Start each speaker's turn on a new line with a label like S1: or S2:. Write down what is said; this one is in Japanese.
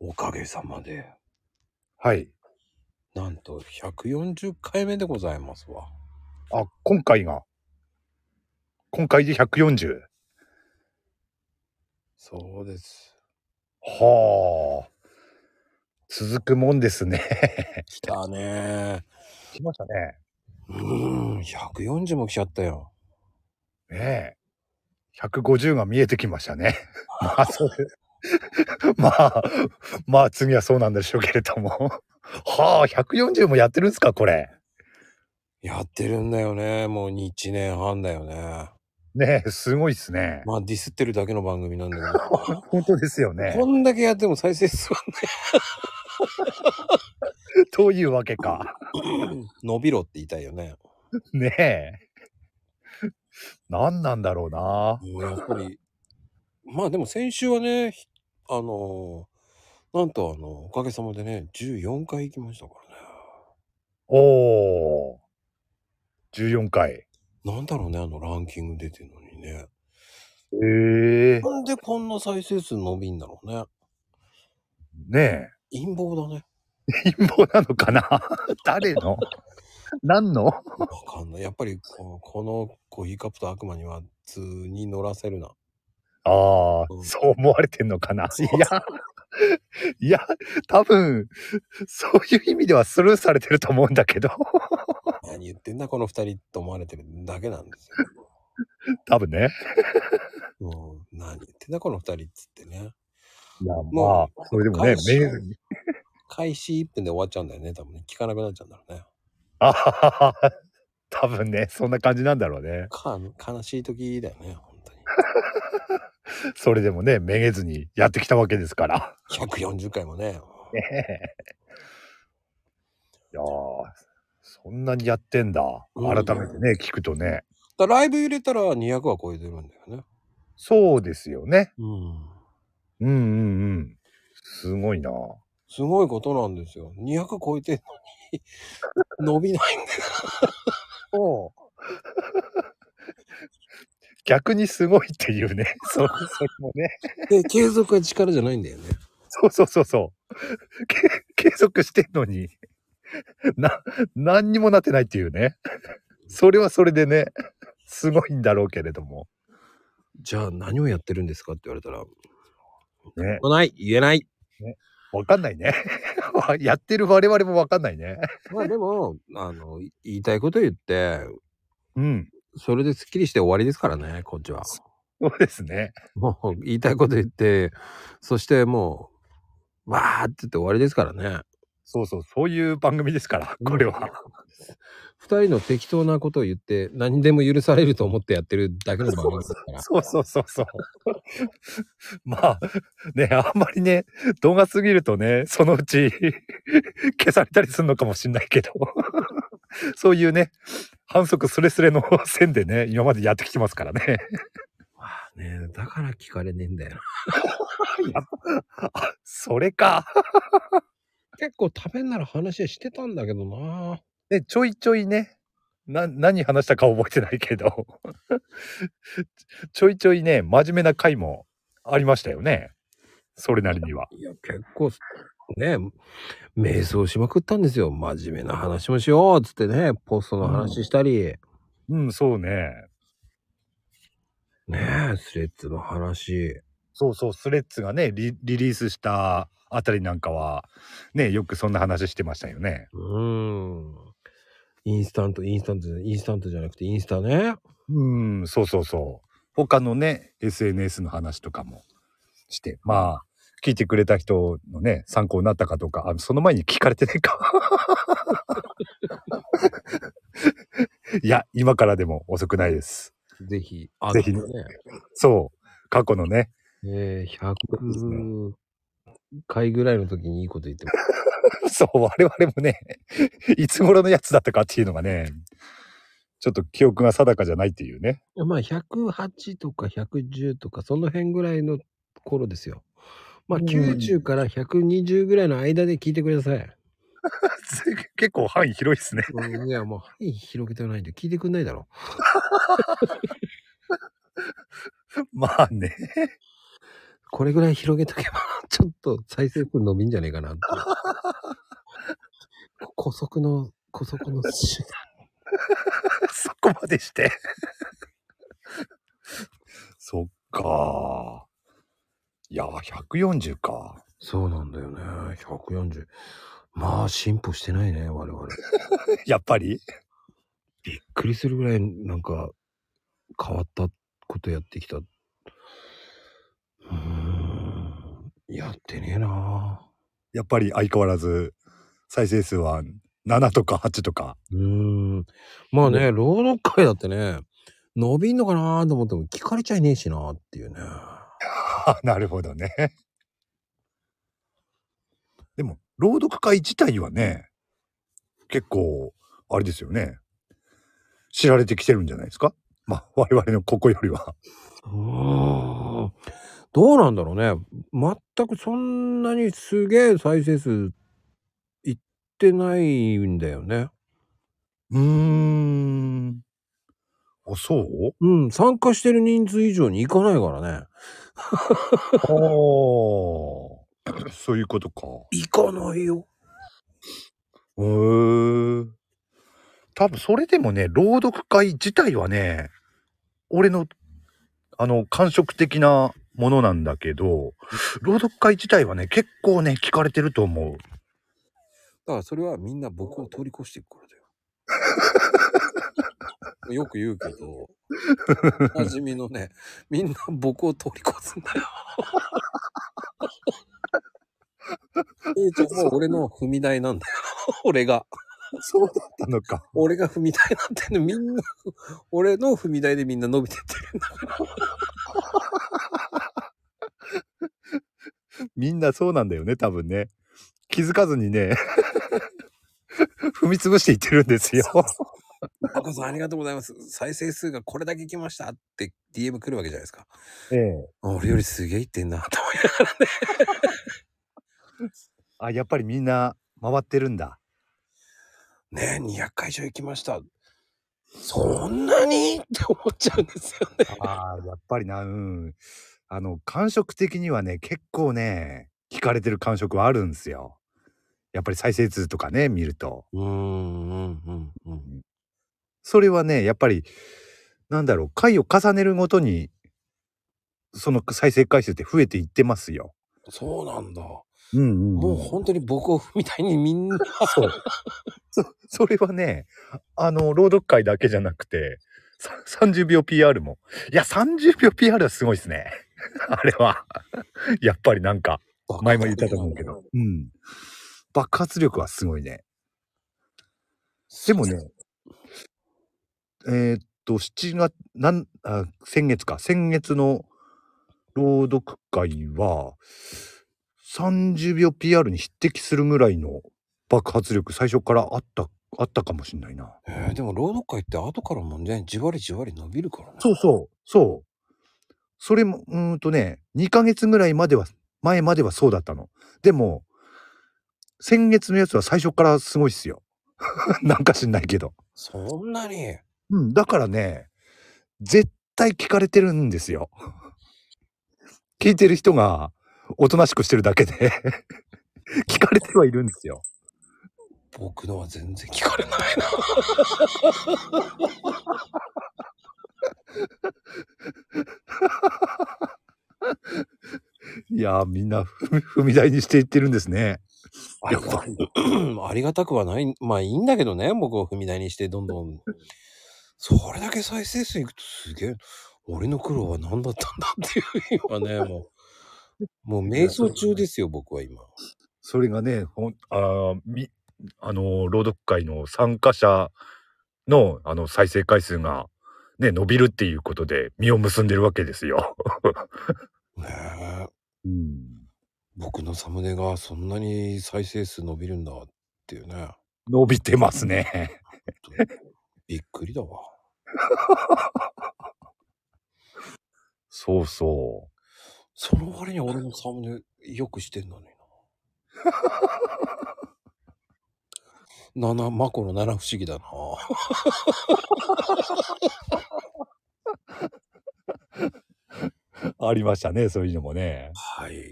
S1: おかげさまで、
S2: はい。
S1: なんと140回目でございますわ。
S2: あ、今回が、今回で140。
S1: そうです。
S2: はあ。続くもんですね。
S1: 来たね
S2: 来ましたね。
S1: うーん、140も来ちゃったよ。
S2: ねえ。150が見えてきましたね。 まあ、そうです。まあ、まあ、次はそうなんでしょうけれども。はあ、140もやってるんですか、これ。
S1: やってるんだよね。もう1年半だよね。
S2: ねえ、すごいですね。
S1: まあディスってるだけの番組なんだけ ど。
S2: 本当ですよね
S1: こ。んだけやっても再生数は
S2: というわけか。
S1: 伸びろって言いたいよね。
S2: ねえ。何なんだろうな。
S1: うんやっぱり。まあでも先週はね、ひあのーなんとあの、おかげさまでね、14回行きましたからね。
S2: おー。14回。
S1: なんだろうね、あのランキング出てるのにね。
S2: ええ
S1: なんでこんな再生数伸びんだろうね。
S2: ね
S1: 陰謀 だね。
S2: え。陰謀なのかな 誰の何の
S1: わかんない。やっぱりこ、このコーヒーカップと悪魔には図に乗らせるな。
S2: ああ、
S1: うん
S2: そう思われてんのかな
S1: そう
S2: いや、いや、多分、そういう意味ではスルーされてると思うんだけど、
S1: 何言ってんだ、この二人と思われてるだけなんですよ。
S2: 多分ね。
S1: もう、何言ってんだ、この二人っつってね。
S2: いや、ま
S1: も
S2: あ
S1: う、
S2: それでもね、
S1: 感謝
S2: 名誉に。
S1: 開始1分で終わっちゃうんだよね、多分ね。聞かなくなっちゃうんだろうね。
S2: あははは多分ね、そんな感じなんだろうね。
S1: か悲しい時だよね、本 当に。
S2: それでもね、めげずにやってきたわけですから。
S1: 140回もね。
S2: ねえいやーそんなにやってんだ。
S1: うん
S2: 改めてね、聞くとね。
S1: だライブ入れたら200は超えてるんだよね。
S2: そうですよね。
S1: うん。
S2: うんうんうん。すごいな。
S1: すごいことなんですよ。200超えてんのに伸びないんだよ。
S2: お逆にすごいっていう ね。そう、それもね。
S1: で、継続は力じゃないんだよね。
S2: そうそうそうそう。け継続してんのに、な、何にもなってないっていうね。それはそれでね、すごいんだろうけれども。
S1: じゃあ何をやってるんですかって言われたら、
S2: ね。
S1: ない、言えない。
S2: わかんないね。 やってる我々もわかんないね。
S1: まあでも、あの、い言いたいこと言って、
S2: うん。
S1: それでスッキリして終わりですからね、こっちは。
S2: そうですね。
S1: もう言いたいこと言って、そしてもう、わーって言って終わりですからね。
S2: そうそう、そういう番組ですから、これは。
S1: 二人の適当なことを言って、何でも許されると思ってやってるだけの番組ですから。
S2: そうそうそうそう。まあ、ね、あんまりね、動画すぎるとね、そのうち 消されたりするのかもしんないけど、そういうね、反則スレスレの線でね、今までやってきてますからね。
S1: まあね、だから聞かれねえんだよな。
S2: あ、それか。
S1: 結構食べんなら話はしてたんだけどな。
S2: ね、ちょいちょいね、な、何話したか覚えてないけど、 ちょいちょいね、真面目な回もありましたよね。それなりには。
S1: いや、結構、ね、瞑想しまくったんですよ。真面目な話もしようっつってね、ポストの話したり、
S2: うん、そうね。
S1: ねえ、スレッズの話。
S2: そうそう、スレッズがね、リリリースしたあたりなんかは、ね、よくそんな話してましたよね。
S1: うーん。インスタント、インスタント、インスタントじゃなくてインスタね。
S2: うん、そうそうそう。他のね、SNS の話とかもして、まあ、聞いてくれた人のね、参考になったかどうか、あその前に聞かれてない か。いや、今からでも遅くないです。
S1: ぜひ、あ
S2: ぜひ
S1: ね。
S2: そう、過去のね、
S1: ええ
S2: です
S1: 100回ぐらいの時にいいこと言ってます。
S2: そう、我々もね、いつ頃のやつだったかっていうのがね、ちょっと記憶が定かじゃないっていうね。
S1: まあ、108とか110とか、その辺ぐらいの頃ですよ。まあ、
S2: うん
S1: 90から120ぐらいの間で聞いてください。
S2: 結構範囲広い ですね。
S1: うんいや、 もう範囲広げてないんで聞いてくんないだろ
S2: まあね。
S1: これぐらい広げとけば、 ちょっと再生数伸びんじゃねえかな って。古速の、古速の手段。
S2: そこまでして。そっか。いや、140か。
S1: そうなんだよね。140。まあ、進歩してないね、我々。
S2: やっぱり
S1: びっくりするぐらい、なんか、変わったことやってきた。うーん。やってねえな
S2: やっぱり相変わらず、再生数は7とか8とか。
S1: うーん。まあね、朗読会だってね、伸びんのかなと思っても聞かれちゃいねえしなっていうね。
S2: あなるほどね。でも、朗読会自体はね、結構、あれですよね。知られてきてるんじゃないですかまあ、我々のここよりは。
S1: うーん。どうなんだろうね。全くそんなにすげえ再生数いってないんだよね。
S2: うーん。あ、そう
S1: うん、参加してる人数以上にいかないからね。
S2: ああ。そういうことか。
S1: いかないよ。
S2: へえ。多分それでもね、朗読会自体はね、俺の、あの、感触的なものなんだけど、朗読会自体はね、結構ね、聞かれてると思
S1: だ
S2: う。
S1: からそれはみんな僕を通り越していくからだよ。 よく言うけど、おなじみのね、みんな僕を通り越すん だよ。えいちゃんもう俺の踏み台なんだよ。 俺が。
S2: そうだったのか。
S1: 俺が踏み台なんてね、みんな、俺の踏み台でみんな伸びてってるんだ。
S2: みんなそうなんだよね、多分ね。気づかずにね、 踏み潰していってるんですよ。
S1: マコさんありがとうございます。再生数がこれだけ来ましたって DM 来るわけじゃないですか。
S2: ええ。
S1: 俺よりすげえ言ってんなと思いながら
S2: あ、やっぱりみんな回ってるんだ。
S1: ねえ、200回以上行きました。そんなにって思っちゃうんですよね。
S2: ああ、やっぱりな、うん。あの、感触的にはね、結構ね、聞かれてる感触はあるんですよ。やっぱり再生数とかね、見ると。
S1: うーん、うん、うん、うん。
S2: それはね、やっぱり、なんだろう、回を重ねるごとに、その再生回数って増えていってますよ。
S1: そうなんだ。
S2: うんうん、
S1: もう本当に僕をみたいにみんな。
S2: そ それはね、あの、朗読会だけじゃなくて、さ30秒 PR も。いや、30秒 PR はすごいですね。 あれは。 やっぱりなんか、前も言ったと思うけど。。うん。爆発力はすごいね。でもね、えーっと、7月、なんあ、先月か、先月の朗読会は、30秒 PR に匹敵するぐらいの爆発力、最初からあった、あったかもしんないな。
S1: えーでも朗読会って後からもね、じわりじわり伸びるからね。
S2: そうそう、そう。それも、うーんとね、2ヶ月ぐらいまでは、前まではそうだったの。でも、先月のやつは最初からすごいっすよ。 なんか知んないけど。
S1: そんなに。
S2: うん、だからね、絶対聞かれてるんですよ。聞いてる人が、おとなしくしてるだけで、 聞かれてはいるんですよ。
S1: 僕のは全然聞かれないな。
S2: いやー、みんな踏み踏み台にしていってるんですね。
S1: ありが ありがたくはない。まあいいんだけどね、僕を踏み台にしてどんどん。それだけ再生数いくとすげえ、俺の苦労は何だったんだっていう今ね、もう。もう瞑想中ですよ、僕は今。
S2: それがね、ほん、あーみ、あのー朗読会の参加者の、あの、再生回数が、ね、伸びるっていうことで、実を結んでるわけですよ。
S1: ねえ
S2: うん。
S1: 僕のサムネがそんなに再生数伸びるんだっていうね。
S2: 伸びてますね。
S1: びっくりだわ。
S2: そうそう。
S1: その割に俺のサムネよくしてんのにな。 七、マコの七不思議だな。
S2: ありましたね、そういうのもね。
S1: はい。